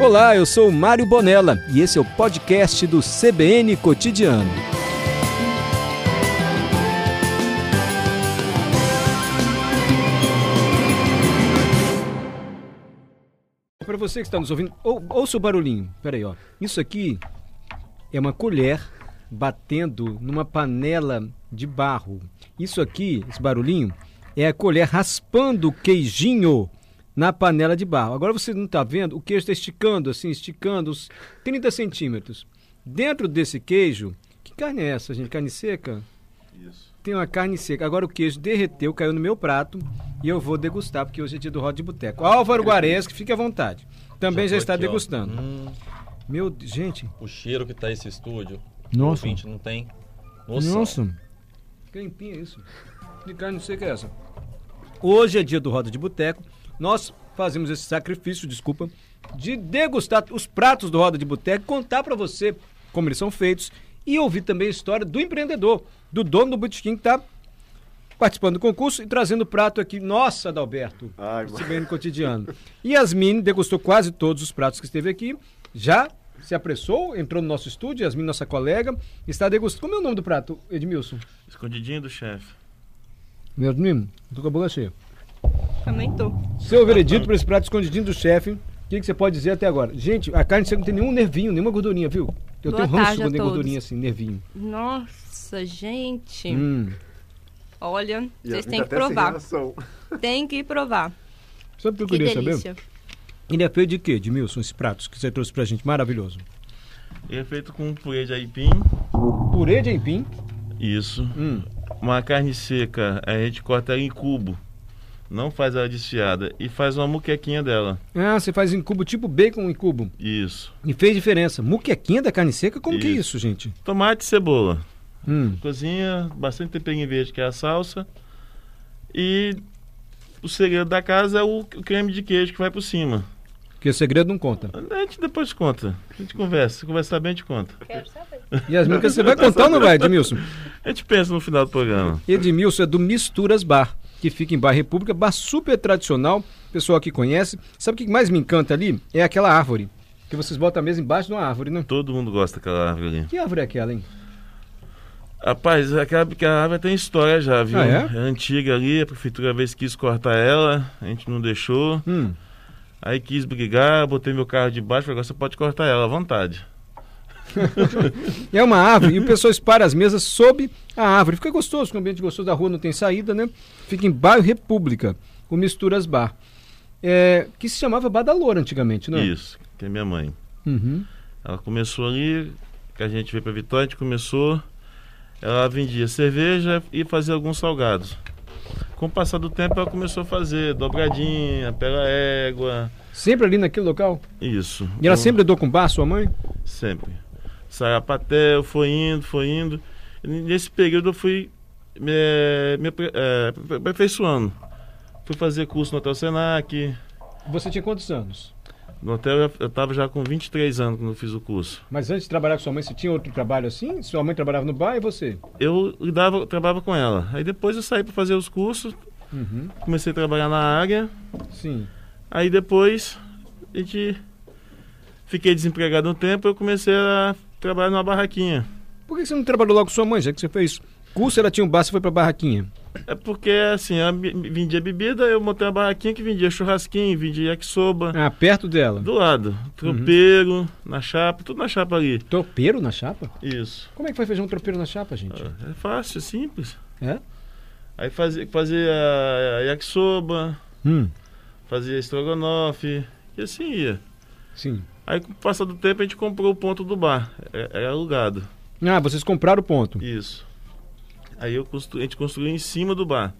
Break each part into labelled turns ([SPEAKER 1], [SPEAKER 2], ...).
[SPEAKER 1] Olá, eu sou Mário Bonella e esse é o podcast do CBN Cotidiano. Para você que está nos ouvindo, ou, ouça o barulhinho. Peraí, ó. Isso aqui é uma colher batendo numa panela de barro. Isso aqui, esse barulhinho, é a colher raspando o queijinho na panela de barro. Agora você não está vendo, o queijo está esticando, assim, esticando uns 30 centímetros. Dentro desse queijo, que carne é essa, gente? Carne seca?
[SPEAKER 2] Isso.
[SPEAKER 1] Tem uma carne seca. Agora o queijo derreteu, caiu no meu prato e eu vou degustar, porque hoje é dia do Rod de Boteco. Álvaro Guareschi, que fique à vontade. Também já,
[SPEAKER 2] tô
[SPEAKER 1] está
[SPEAKER 2] aqui, ó.
[SPEAKER 1] degustando.
[SPEAKER 2] Hum,
[SPEAKER 1] Meu, d- gente,
[SPEAKER 2] o cheiro que tá esse estúdio.
[SPEAKER 1] Nossa.
[SPEAKER 2] O ouvinte não tem noção.
[SPEAKER 1] Que limpinha isso. De carne seca é essa. Hoje é dia do Roda de Boteco. Nós fazemos esse sacrifício, desculpa, de degustar os pratos do Roda de Boteco, contar pra você como eles são feitos e ouvir também a história do empreendedor, do dono do botequim que tá participando do concurso e trazendo o prato aqui. Nossa, Adalberto.
[SPEAKER 3] Ai,
[SPEAKER 1] Esse bem no cotidiano. Yasmin degustou quase todos os pratos que esteve aqui. Já se apressou, entrou no nosso estúdio, Yasmin, nossa colega, está degustando. Como é o nome do prato, Edmilson?
[SPEAKER 4] Escondidinho do chefe.
[SPEAKER 1] Meu Edmilson, tô com a boca cheia.
[SPEAKER 5] Também tô.
[SPEAKER 1] Seu veredito para esse prato escondidinho do chefe, o que, que você pode dizer até agora? Gente, a carne seca não tem nenhum nervinho, nenhuma gordurinha, viu? Eu
[SPEAKER 5] Boa
[SPEAKER 1] tenho ranço
[SPEAKER 5] tarde a
[SPEAKER 1] quando tem
[SPEAKER 5] todos.
[SPEAKER 1] gordurinha assim, nervinho.
[SPEAKER 5] Nossa, gente.
[SPEAKER 1] Hum.
[SPEAKER 5] Olha,
[SPEAKER 3] E
[SPEAKER 5] vocês
[SPEAKER 3] a
[SPEAKER 5] têm
[SPEAKER 3] vida
[SPEAKER 5] que
[SPEAKER 3] até sem
[SPEAKER 5] provar.
[SPEAKER 3] reação.
[SPEAKER 5] Tem que provar.
[SPEAKER 1] Sabe o que eu
[SPEAKER 5] Que
[SPEAKER 1] queria saber?
[SPEAKER 5] delícia.
[SPEAKER 1] Ele é feito de quê, Edmilson, esses pratos que você trouxe pra gente? Maravilhoso.
[SPEAKER 4] Ele é feito com purê de aipim.
[SPEAKER 1] Purê de aipim.
[SPEAKER 4] Isso.
[SPEAKER 1] Hum.
[SPEAKER 4] Uma carne seca, a gente corta ela em cubo. Não faz ela desfiada. E faz uma muquequinha dela.
[SPEAKER 1] Ah, você faz em cubo, tipo bacon em cubo.
[SPEAKER 4] Isso.
[SPEAKER 1] E fez diferença. Muquequinha da carne seca, como que é isso,
[SPEAKER 4] Isso.
[SPEAKER 1] gente?
[SPEAKER 4] Tomate e cebola.
[SPEAKER 1] Hum.
[SPEAKER 4] Cozinha, bastante temperinho verde, que é a salsa. E o segredo da casa é o, o creme de queijo que vai por cima.
[SPEAKER 1] Porque o segredo não conta.
[SPEAKER 4] A gente depois conta. A gente conversa. Se conversar bem, a gente conta.
[SPEAKER 1] Yasmin, que você vai contar ou não vai, Edmilson?
[SPEAKER 4] A gente pensa no final do programa.
[SPEAKER 1] Edmilson é do Misturas Bar, que fica em Bar República, bar super tradicional, pessoal que conhece. Sabe o que mais me encanta ali? É aquela árvore, que vocês botam a mesa embaixo de uma árvore, né?
[SPEAKER 4] Todo mundo gosta daquela árvore ali.
[SPEAKER 1] Que árvore é aquela, hein?
[SPEAKER 4] Rapaz, aquela, aquela árvore tem história já, viu?
[SPEAKER 1] Ah, é?
[SPEAKER 4] antiga ali, a prefeitura uma vez quis cortar ela, a gente não deixou.
[SPEAKER 1] Hum.
[SPEAKER 4] Aí quis brigar, botei meu carro debaixo, falei, agora você pode cortar ela à vontade.
[SPEAKER 1] É uma árvore e o pessoal espalha as mesas sob a árvore. Fica gostoso, com um ambiente gostoso da rua não tem saída, né? Fica em bairro República, o Misturas Bar. É, que se chamava Bar da Loura antigamente, não é?
[SPEAKER 4] Isso, que é minha mãe.
[SPEAKER 1] Uhum.
[SPEAKER 4] Ela começou ali, que a gente veio pra Vitória, a gente começou. Ela vendia cerveja e fazia alguns salgados. Com o passar do tempo, ela começou a fazer dobradinha, pela égua,
[SPEAKER 1] Sempre ali naquele local.
[SPEAKER 4] isso.
[SPEAKER 1] E ela
[SPEAKER 4] Um-
[SPEAKER 1] sempre andou com bar, sua mãe?
[SPEAKER 4] Sempre. Sarapatel, foi indo, foi indo. E nesse período eu fui me, me apre- eh, apre- aperfeiçoando. Fui fazer curso no Hotel Senac.
[SPEAKER 1] Você tinha quantos anos?
[SPEAKER 4] No hotel eu estava já com 23 anos quando eu fiz o curso.
[SPEAKER 1] Mas antes de trabalhar com sua mãe, você tinha outro trabalho assim? Sua mãe trabalhava no bar e você?
[SPEAKER 4] Eu lidava, trabalhava com ela. Aí depois eu saí para fazer os cursos,
[SPEAKER 1] Uhum.
[SPEAKER 4] comecei a trabalhar na área.
[SPEAKER 1] Sim.
[SPEAKER 4] Aí depois a gente fiquei desempregado um tempo, eu comecei a trabalhar numa barraquinha.
[SPEAKER 1] Por que você não trabalhou logo com sua mãe, já que você fez curso, ela tinha um bar, você foi pra barraquinha?
[SPEAKER 4] É porque, assim, ela me- me vendia bebida, eu montei uma barraquinha que vendia churrasquinho, vendia yakisoba.
[SPEAKER 1] Ah, perto dela.
[SPEAKER 4] Do lado, tropeiro, na chapa, tudo na chapa ali.
[SPEAKER 1] Tropeiro na chapa?
[SPEAKER 4] Isso.
[SPEAKER 1] Como é que faz feijão tropeiro na chapa, gente?
[SPEAKER 4] É fácil, simples.
[SPEAKER 1] É?
[SPEAKER 4] Aí fazia, fazia a yakisoba,
[SPEAKER 1] Hum,
[SPEAKER 4] fazia estrogonofe, e assim ia.
[SPEAKER 1] sim.
[SPEAKER 4] Aí, com o passar do tempo, a gente comprou o ponto do bar. É- Era alugado.
[SPEAKER 1] Ah, vocês compraram o ponto.
[SPEAKER 4] Isso. Aí eu constru- a gente construiu em cima do bar.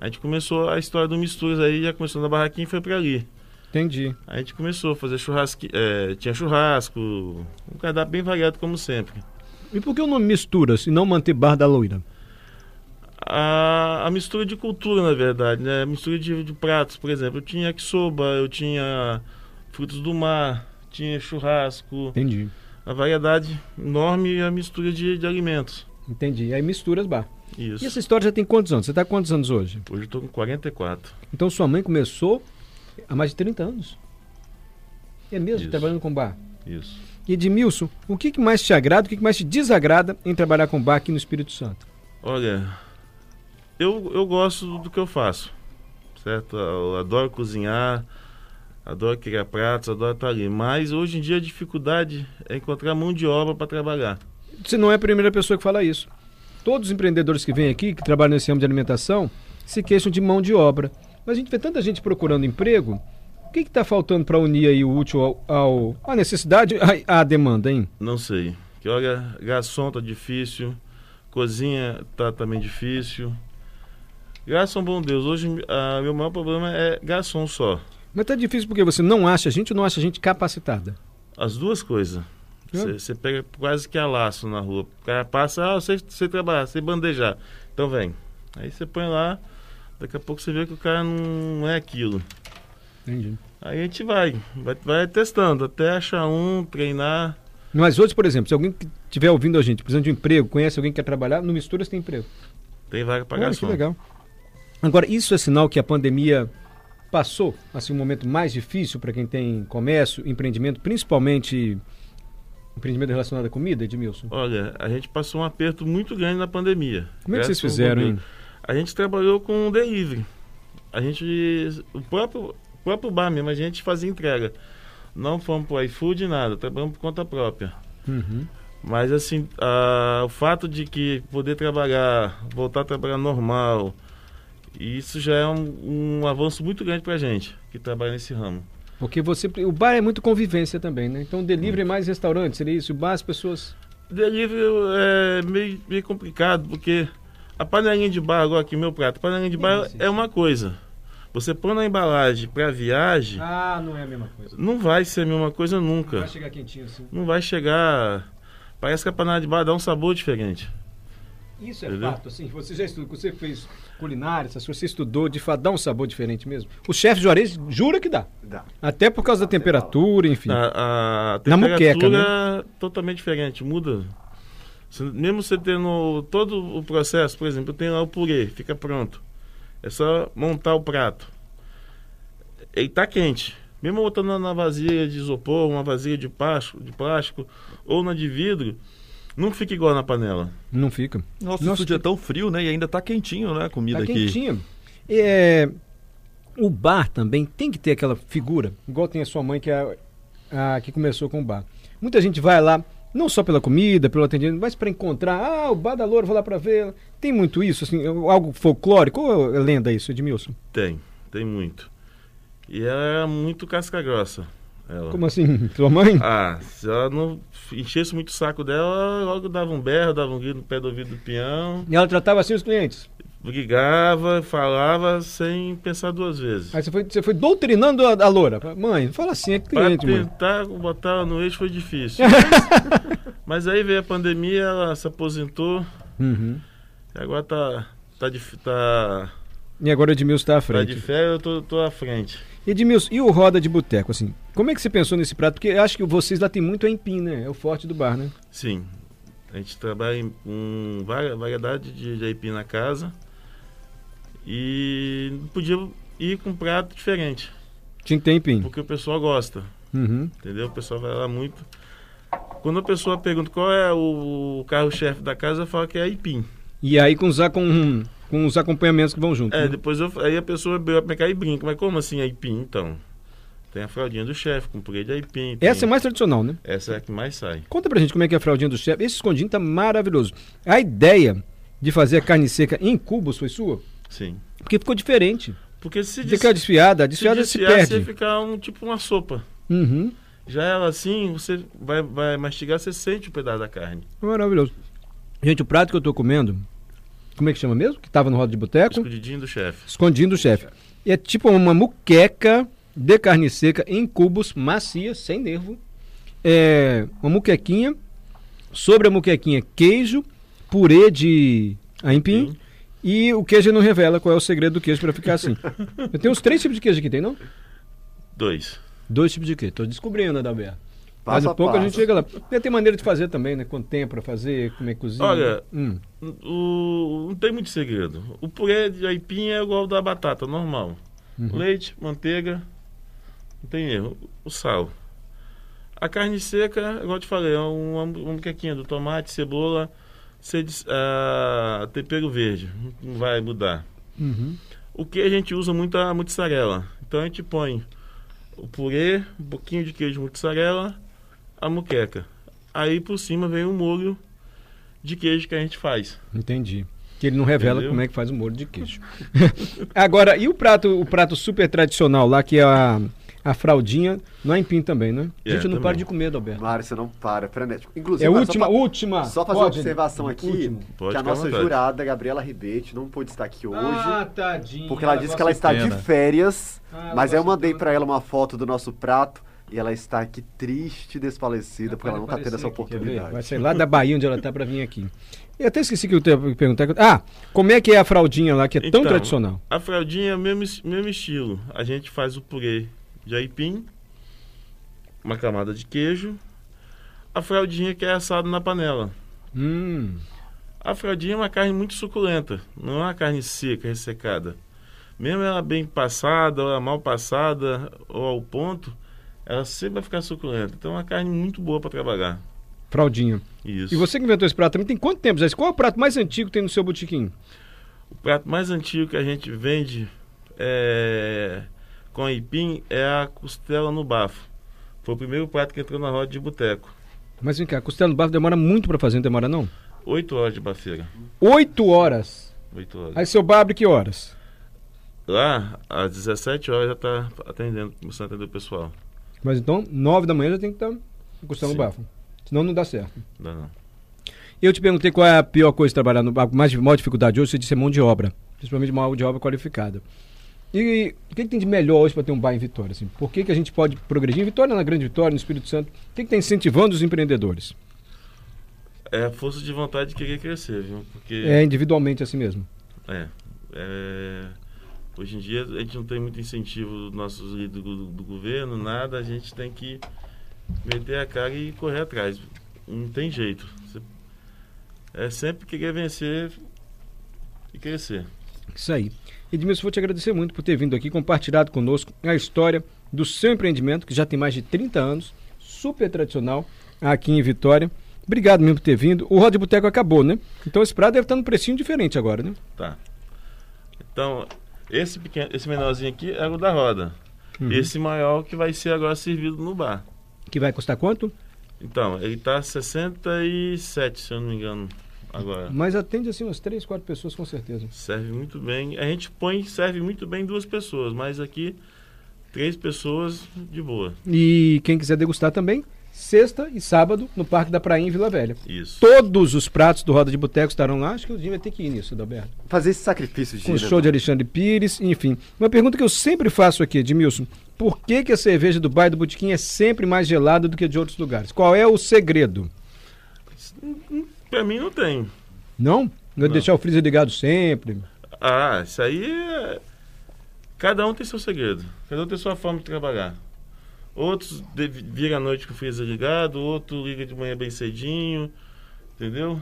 [SPEAKER 4] A gente começou a história do Misturas aí, já começou na barraquinha e foi pra ali.
[SPEAKER 1] Entendi.
[SPEAKER 4] A gente começou a fazer churrasco, é, tinha churrasco, um cardápio bem variado como sempre.
[SPEAKER 1] E por que o nome mistura se não manter bar da loira?
[SPEAKER 4] A, a mistura de cultura, na verdade, né? A mistura de, de pratos, por exemplo. Eu tinha yakisoba, eu tinha frutos do mar, tinha churrasco.
[SPEAKER 1] Entendi.
[SPEAKER 4] A variedade enorme e a mistura de, de alimentos.
[SPEAKER 1] Entendi. Aí misturas bar.
[SPEAKER 4] Isso.
[SPEAKER 1] E essa história já tem quantos anos? Você tá com quantos anos hoje?
[SPEAKER 4] Hoje eu tô com 44.
[SPEAKER 1] Então sua mãe começou há mais de 30 anos. É mesmo?
[SPEAKER 4] Isso.
[SPEAKER 1] Trabalhando com bar.
[SPEAKER 4] Isso.
[SPEAKER 1] E Edmilson, o que, que mais te agrada, o que, que mais te desagrada em trabalhar com bar aqui no Espírito Santo?
[SPEAKER 4] Olha, eu, eu gosto do que eu faço, certo? Eu adoro cozinhar, adoro criar pratos, adoro estar ali. Mas hoje em dia a dificuldade é encontrar mão de obra para trabalhar.
[SPEAKER 1] Você não é a primeira pessoa que fala isso. Todos os empreendedores que vêm aqui, que trabalham nesse ramo de alimentação, se queixam de mão de obra. Mas a gente vê tanta gente procurando emprego. O que está faltando para unir aí o útil ao, ao- à necessidade à, à demanda, hein?
[SPEAKER 4] Não sei. Que olha, garçom tá difícil, cozinha tá também difícil. Graças ao bom Deus, hoje ah, meu maior problema é garçom só.
[SPEAKER 1] Mas tá difícil porque você não acha gente ou não acha gente capacitada.
[SPEAKER 4] As duas coisas.
[SPEAKER 1] Hum.
[SPEAKER 4] Você pega quase que a laço na rua. O cara passa, ah, sei, sei trabalhar, sei bandejar. Então vem. Aí você põe lá, daqui a pouco você vê que o cara não é aquilo.
[SPEAKER 1] Entendi.
[SPEAKER 4] Aí a gente vai, vai, vai testando, até achar um, treinar.
[SPEAKER 1] Mas hoje, por exemplo, se alguém que estiver ouvindo a gente, precisando de um emprego, conhece alguém que quer trabalhar, no Misturas tem emprego.
[SPEAKER 4] Tem vaga pra
[SPEAKER 1] Olha, que
[SPEAKER 4] garçom.
[SPEAKER 1] legal. Agora, isso é sinal que a pandemia passou, assim, um momento mais difícil para quem tem comércio, empreendimento, principalmente empreendimento relacionado à comida, Edmilson?
[SPEAKER 4] Olha, a gente passou um aperto muito grande na pandemia.
[SPEAKER 1] Como é que
[SPEAKER 4] Graças
[SPEAKER 1] vocês
[SPEAKER 4] ao bom
[SPEAKER 1] fizeram,
[SPEAKER 4] Deus.
[SPEAKER 1] hein?
[SPEAKER 4] A gente trabalhou com delivery. A gente. O próprio, o próprio bar mesmo, a gente fazia entrega. Não fomos pro iFood, nada, trabalhamos por conta própria.
[SPEAKER 1] Uhum.
[SPEAKER 4] Mas assim, ah, o fato de que poder trabalhar, voltar a trabalhar normal, isso já é um, um avanço muito grande pra gente que trabalha nesse ramo.
[SPEAKER 1] Porque você, o bar é muito convivência também, né? Então, delivery é mais restaurante, seria isso? O bar, as pessoas...
[SPEAKER 4] Delivery é meio, meio complicado, porque a panelinha de bar, agora aqui, meu prato, a panelinha de bar
[SPEAKER 1] Isso, isso.
[SPEAKER 4] é uma coisa. Você põe na embalagem pra viagem,
[SPEAKER 1] Ah, não é a mesma coisa.
[SPEAKER 4] não vai ser a mesma coisa nunca.
[SPEAKER 1] Vai chegar quentinho assim.
[SPEAKER 4] Não vai chegar. Parece que a panela de bar dá um sabor diferente.
[SPEAKER 1] Isso é
[SPEAKER 4] Entendeu?
[SPEAKER 1] fato, assim, você já estudou, você fez culinária, essas coisas, você estudou, de fato, dá um sabor diferente mesmo. O chefe Juarez jura que dá.
[SPEAKER 3] Dá.
[SPEAKER 1] Até por causa da temperatura, enfim.
[SPEAKER 4] A, a
[SPEAKER 1] Na muqueca,
[SPEAKER 4] temperatura
[SPEAKER 1] né?
[SPEAKER 4] totalmente diferente, muda. Você- mesmo você tendo todo o processo, por exemplo, eu tenho lá o purê, fica pronto. É só montar o prato. Ele tá quente. Mesmo botando na- na vasilha de isopor, uma vasilha de plástico, de plástico ou na de vidro, não fica igual na panela.
[SPEAKER 1] Não fica.
[SPEAKER 3] Nossa,
[SPEAKER 1] Nossa,
[SPEAKER 3] o estúdio é tão frio, né? E ainda tá quentinho, né? A comida
[SPEAKER 1] Tá
[SPEAKER 3] aqui.
[SPEAKER 1] quentinho. É, o bar também tem que ter aquela figura, igual tem a sua mãe que, é a, a que começou com o bar. Muita gente vai lá, não só pela comida, pelo atendimento, mas para encontrar, ah, o bar da Loura, vou lá para ver. Tem muito isso, assim, algo folclórico ou é lenda isso, Edmilson?
[SPEAKER 4] Tem, tem muito. E ela é muito casca grossa. Ela.
[SPEAKER 1] Como assim, sua mãe?
[SPEAKER 4] Ah, se ela não enchesse muito o saco dela, logo dava um berro, dava um grito no pé do ouvido do peão,
[SPEAKER 1] E ela tratava assim os clientes.
[SPEAKER 4] brigava, falava sem pensar duas vezes.
[SPEAKER 1] Aí você foi, você foi doutrinando a, a Loura. Mãe, fala assim, é
[SPEAKER 4] Para
[SPEAKER 1] cliente, mãe.
[SPEAKER 4] tentar botar ela no eixo foi difícil. Mas- Mas aí veio a pandemia, ela se aposentou,
[SPEAKER 1] Uhum.
[SPEAKER 4] e agora tá, tá, de, tá,
[SPEAKER 1] E agora o Edmilson tá à
[SPEAKER 4] tá
[SPEAKER 1] frente.
[SPEAKER 4] de férias, eu tô, tô à frente.
[SPEAKER 1] Edmilson, e o roda de boteco, assim? Como é que você pensou nesse prato? Porque eu acho que vocês lá tem muito empim, né? É o forte do bar, né?
[SPEAKER 4] Sim, a gente trabalha em- com varia- variedade de, de aipim na casa e não podia ir com um prato diferente,
[SPEAKER 1] Tinha que ter empim.
[SPEAKER 4] porque o pessoal gosta.
[SPEAKER 1] Uhum.
[SPEAKER 4] Entendeu? O pessoal vai lá muito. Quando a pessoa pergunta qual é o carro-chefe da casa, eu falo que é aipim.
[SPEAKER 1] E aí com os, a- com, com os acompanhamentos que vão junto.
[SPEAKER 4] É,
[SPEAKER 1] né?
[SPEAKER 4] depois eu- aí a pessoa abre pra cá e brinca. Mas como assim aipim, então? Tem a fraldinha do chefe, com purê de aipim. tem-
[SPEAKER 1] Essa é mais tradicional, né?
[SPEAKER 4] Essa é a que mais sai.
[SPEAKER 1] Conta pra gente como é que é a fraldinha do chefe. Esse escondinho tá maravilhoso. A ideia de fazer a carne seca em cubos foi sua?
[SPEAKER 4] Sim.
[SPEAKER 1] Porque ficou diferente.
[SPEAKER 4] Porque se,
[SPEAKER 1] Fica a
[SPEAKER 4] des-
[SPEAKER 1] desfiada, a
[SPEAKER 4] se
[SPEAKER 1] desfiada se,
[SPEAKER 4] desfiar, você
[SPEAKER 1] perde.
[SPEAKER 4] ficar um, tipo uma sopa.
[SPEAKER 1] Uhum.
[SPEAKER 4] Já ela assim, você vai, vai mastigar, você sente o pedaço da carne.
[SPEAKER 1] Maravilhoso. Gente, o prato que eu tô comendo, como é que chama mesmo? Que tava no roda de boteco?
[SPEAKER 4] Escondidinho do chefe.
[SPEAKER 1] Escondinho do chefe. E é tipo uma muqueca de carne seca em cubos, macia, sem nervo. É uma muquequinha. Sobre a muquequinha, queijo, purê de aipim. E o queijo não revela qual é o segredo do queijo para ficar assim. Eu tenho uns três tipos de queijo aqui, tem não?
[SPEAKER 4] Dois.
[SPEAKER 1] Dois tipos de queijo. Tô descobrindo, Adalberto. Mas
[SPEAKER 3] Passo
[SPEAKER 1] a pouco a
[SPEAKER 3] passo.
[SPEAKER 1] gente chega lá. Deve ter maneira de fazer também, né? Quanto tempo pra fazer, como é que cozinha.
[SPEAKER 4] Olha,
[SPEAKER 1] Hum.
[SPEAKER 4] O, não tem muito segredo. O purê de aipim é igual ao da batata, normal. Leite, manteiga, não tem erro. O sal. A carne seca, igual eu te falei, é um- uma muquequinha do tomate, cebola, cedi- ah, tempero verde. Não vai mudar.
[SPEAKER 1] Uhum.
[SPEAKER 4] O que a gente usa muito é a mussarela. Então a gente põe o purê, um pouquinho de queijo de mussarela, a muqueca. Aí por cima vem o molho de queijo que a gente faz.
[SPEAKER 1] Entendi. Que ele não revela
[SPEAKER 4] Entendeu?
[SPEAKER 1] como é que faz o molho de queijo. Agora, e o prato, o prato super tradicional lá, que é a, a fraldinha, não é empim também, né?
[SPEAKER 4] É,
[SPEAKER 1] gente, eu não
[SPEAKER 4] também.
[SPEAKER 1] para de comer, Adalberto.
[SPEAKER 6] Mário, você não para, é frenético. Inclusive,
[SPEAKER 1] É a
[SPEAKER 6] olha,
[SPEAKER 1] última,
[SPEAKER 6] só,
[SPEAKER 1] última.
[SPEAKER 6] pra, só fazer
[SPEAKER 1] Pode,
[SPEAKER 6] uma observação aqui,
[SPEAKER 1] Último.
[SPEAKER 4] Pode
[SPEAKER 6] que a
[SPEAKER 4] ficar à
[SPEAKER 6] nossa
[SPEAKER 4] vontade.
[SPEAKER 6] jurada, Gabriela Ribete, não pôde estar aqui hoje,
[SPEAKER 1] Ah, tadinha.
[SPEAKER 6] porque ela disse que ela está de
[SPEAKER 2] pena.
[SPEAKER 6] férias,
[SPEAKER 1] Ah, ela
[SPEAKER 6] mas eu
[SPEAKER 1] gosta
[SPEAKER 6] mandei
[SPEAKER 1] tanto.
[SPEAKER 6] pra ela uma foto do nosso prato e ela está aqui triste, desfalecida, porque ela não tá tendo essa
[SPEAKER 1] Vai
[SPEAKER 6] oportunidade.
[SPEAKER 1] ser lá da Bahia onde ela tá pra vir aqui. Eu até esqueci que eu te ia perguntar. Ah, como é que é a fraldinha lá, que é tão
[SPEAKER 4] Então,
[SPEAKER 1] tradicional?
[SPEAKER 4] A fraldinha é o mesmo, es- mesmo estilo. A gente faz o purê de aipim, uma camada de queijo. A fraldinha que é assada na panela.
[SPEAKER 1] Hum,
[SPEAKER 4] A fraldinha é uma carne muito suculenta, não é uma carne seca, ressecada. Mesmo ela bem passada, ou ela mal passada, ou ao ponto, ela sempre vai ficar suculenta. Então é uma carne muito boa para trabalhar.
[SPEAKER 1] fraldinha.
[SPEAKER 4] Isso.
[SPEAKER 1] E você que inventou esse prato também tem quanto tempo, Zé? Qual é o prato mais antigo que tem no seu botiquim?
[SPEAKER 4] O prato mais antigo que a gente vende é, com aipim é a costela no bafo. Foi o primeiro prato que entrou na roda de boteco.
[SPEAKER 1] Mas vem cá, costela no bafo demora muito pra fazer, não demora não?
[SPEAKER 4] Oito horas de bafeira.
[SPEAKER 1] Oito horas.
[SPEAKER 4] Oito horas.
[SPEAKER 1] Aí seu bar abre que horas?
[SPEAKER 4] Lá, às 17 horas já está atendendo, começando a atender o pessoal.
[SPEAKER 1] Mas então, nove da manhã já tem que estar costela no
[SPEAKER 4] Sim.
[SPEAKER 1] bafo. Senão não dá certo.
[SPEAKER 4] Não dá não.
[SPEAKER 1] Eu te perguntei qual é a pior coisa de trabalhar no bafo, mais maior dificuldade hoje, você disse é mão de obra. Principalmente mão de obra qualificada. E o que, que tem de melhor hoje para ter um bar em Vitória? Assim? Por que, que a gente pode progredir em Vitória, na Grande Vitória, no Espírito Santo? O que está incentivando os empreendedores?
[SPEAKER 4] É a força de vontade de querer crescer, viu? Porque
[SPEAKER 1] É individualmente assim mesmo.
[SPEAKER 4] É, é, hoje em dia a gente não tem muito incentivo do nosso do, do, do governo, nada, a gente tem que meter a cara e correr atrás. Não tem jeito. Você- é sempre querer vencer e crescer.
[SPEAKER 1] Isso aí. Edmilson, vou te agradecer muito por ter vindo aqui, compartilhado conosco a história do seu empreendimento, que já tem mais de 30 anos, super tradicional aqui em Vitória. Obrigado mesmo por ter vindo. O Rod Boteco acabou, né? Então esse prato deve estar num precinho diferente agora, né?
[SPEAKER 4] Tá. Então, esse pequeno, esse menorzinho aqui era o da roda.
[SPEAKER 1] Uhum.
[SPEAKER 4] Esse maior que vai ser agora servido no bar.
[SPEAKER 1] Que vai custar quanto?
[SPEAKER 4] Então, ele tá 67, se eu não me engano, agora.
[SPEAKER 1] Mas atende assim umas 3, 4 pessoas com certeza.
[SPEAKER 4] Serve muito bem. A gente põe, serve muito bem duas pessoas, mas aqui três pessoas de boa.
[SPEAKER 1] E quem quiser degustar também, sexta e sábado no Parque da Praia em Vila Velha.
[SPEAKER 4] Isso.
[SPEAKER 1] Todos os pratos do Roda de Boteco estarão lá. Acho que o Dinho vai ter que ir nisso, Adalberto.
[SPEAKER 6] Fazer esse sacrifício,
[SPEAKER 1] Com o
[SPEAKER 6] Gina.
[SPEAKER 1] show de Alexandre Pires, enfim. Uma pergunta que eu sempre faço aqui, Edmilson. Por que, que a cerveja do Bairro do Botequim é sempre mais gelada do que a de outros lugares? Qual é o segredo?
[SPEAKER 4] Pra mim não tem.
[SPEAKER 1] Não? Não é
[SPEAKER 4] Não.
[SPEAKER 1] deixar o freezer ligado sempre?
[SPEAKER 4] Ah, isso aí é... Cada um tem seu segredo. Cada um tem sua forma de trabalhar. Outros de- viram a noite com o freezer ligado, outro liga de manhã bem cedinho. Entendeu?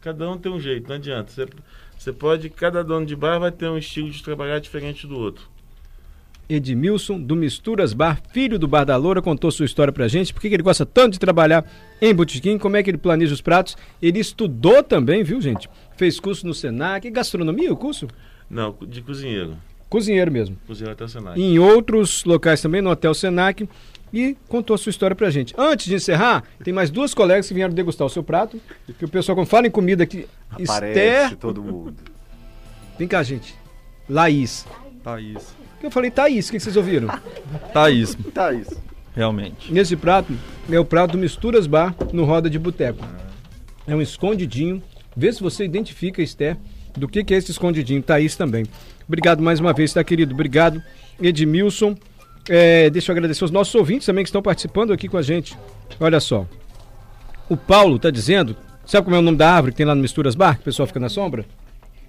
[SPEAKER 4] Cada um tem um jeito, não adianta. Você, você pode, cada dono de bar vai ter um estilo de trabalhar diferente do outro.
[SPEAKER 1] Edmilson, do Misturas Bar, filho do Bar da Loura, contou sua história pra gente. Por que, que ele gosta tanto de trabalhar em botequim? Como é que ele planeja os pratos? Ele estudou também, viu, gente? Fez curso no Senac. Gastronomia o curso?
[SPEAKER 4] Não, de cozinheiro.
[SPEAKER 1] Cozinheiro mesmo.
[SPEAKER 4] Cozinheiro até o Senai.
[SPEAKER 1] em outros locais também, no Hotel Senac, e contou a sua história pra gente. Antes de encerrar, tem mais duas colegas que vieram degustar o seu prato, que o pessoal, quando fala em comida aqui,
[SPEAKER 6] Aparece
[SPEAKER 1] Esther...
[SPEAKER 6] todo mundo.
[SPEAKER 1] Vem cá, gente. Laís.
[SPEAKER 3] Thaís.
[SPEAKER 1] Eu falei Thaís, o que que vocês ouviram?
[SPEAKER 3] Thaís,
[SPEAKER 6] Tá Tá isso.
[SPEAKER 3] realmente.
[SPEAKER 1] Nesse prato, é o prato do Misturas Bar, no Roda de Boteco. É um escondidinho. Vê se você identifica, Esther, do que, que é esse escondidinho. Thaís também. Obrigado mais uma vez, tá, querido? Obrigado, Edmilson. É, deixa eu agradecer os nossos ouvintes também que estão participando aqui com a gente. Olha só. O Paulo tá dizendo... Sabe como é o nome da árvore que tem lá no Misturas Bar, que o pessoal fica na sombra?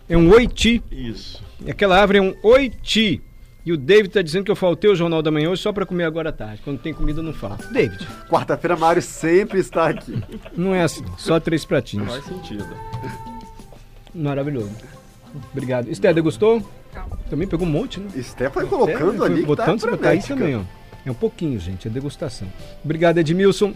[SPEAKER 1] É um oiti.
[SPEAKER 4] Isso.
[SPEAKER 1] E Aquela árvore é um oiti. E o David tá dizendo que eu faltei o Jornal da Manhã hoje só pra comer agora à tarde. Quando tem comida, eu não falta. David,
[SPEAKER 6] Quarta-feira, Mário sempre está aqui.
[SPEAKER 1] não é assim. Só três pratinhos.
[SPEAKER 3] Faz sentido.
[SPEAKER 1] Maravilhoso. Obrigado. Esther, degustou? Também pegou um monte, né?
[SPEAKER 6] Esther foi
[SPEAKER 1] Esther
[SPEAKER 6] colocando
[SPEAKER 1] foi
[SPEAKER 6] ali que tá
[SPEAKER 1] Botando pra
[SPEAKER 6] frenética.
[SPEAKER 1] Thaís também, ó. É um pouquinho, gente, é degustação. Obrigado, Edmilson.